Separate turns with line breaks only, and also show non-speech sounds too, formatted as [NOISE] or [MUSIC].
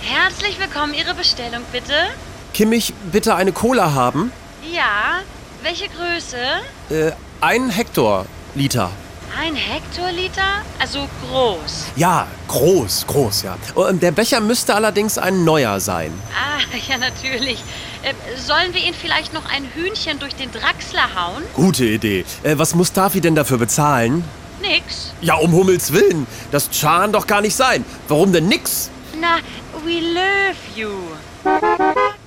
Herzlich willkommen. Ihre Bestellung bitte.
Kimmich, bitte eine Cola haben.
Ja. Welche Größe?
Äh, ein Hektoliter.
Ein Hektoliter? Also groß.
Ja, groß, groß, ja. Ähm, Der Becher müsste allerdings ein neuer sein.
Ah, [LAUGHS] ja, natürlich. Ähm, sollen wir Ihnen vielleicht noch ein Hühnchen durch den Draxler hauen?
Gute Idee. Äh, was Mustafi denn dafür bezahlen?
Nix.
Ja, um Hummels Willen. Das kann doch gar nicht sein. Warum denn nix?
Na, we love you.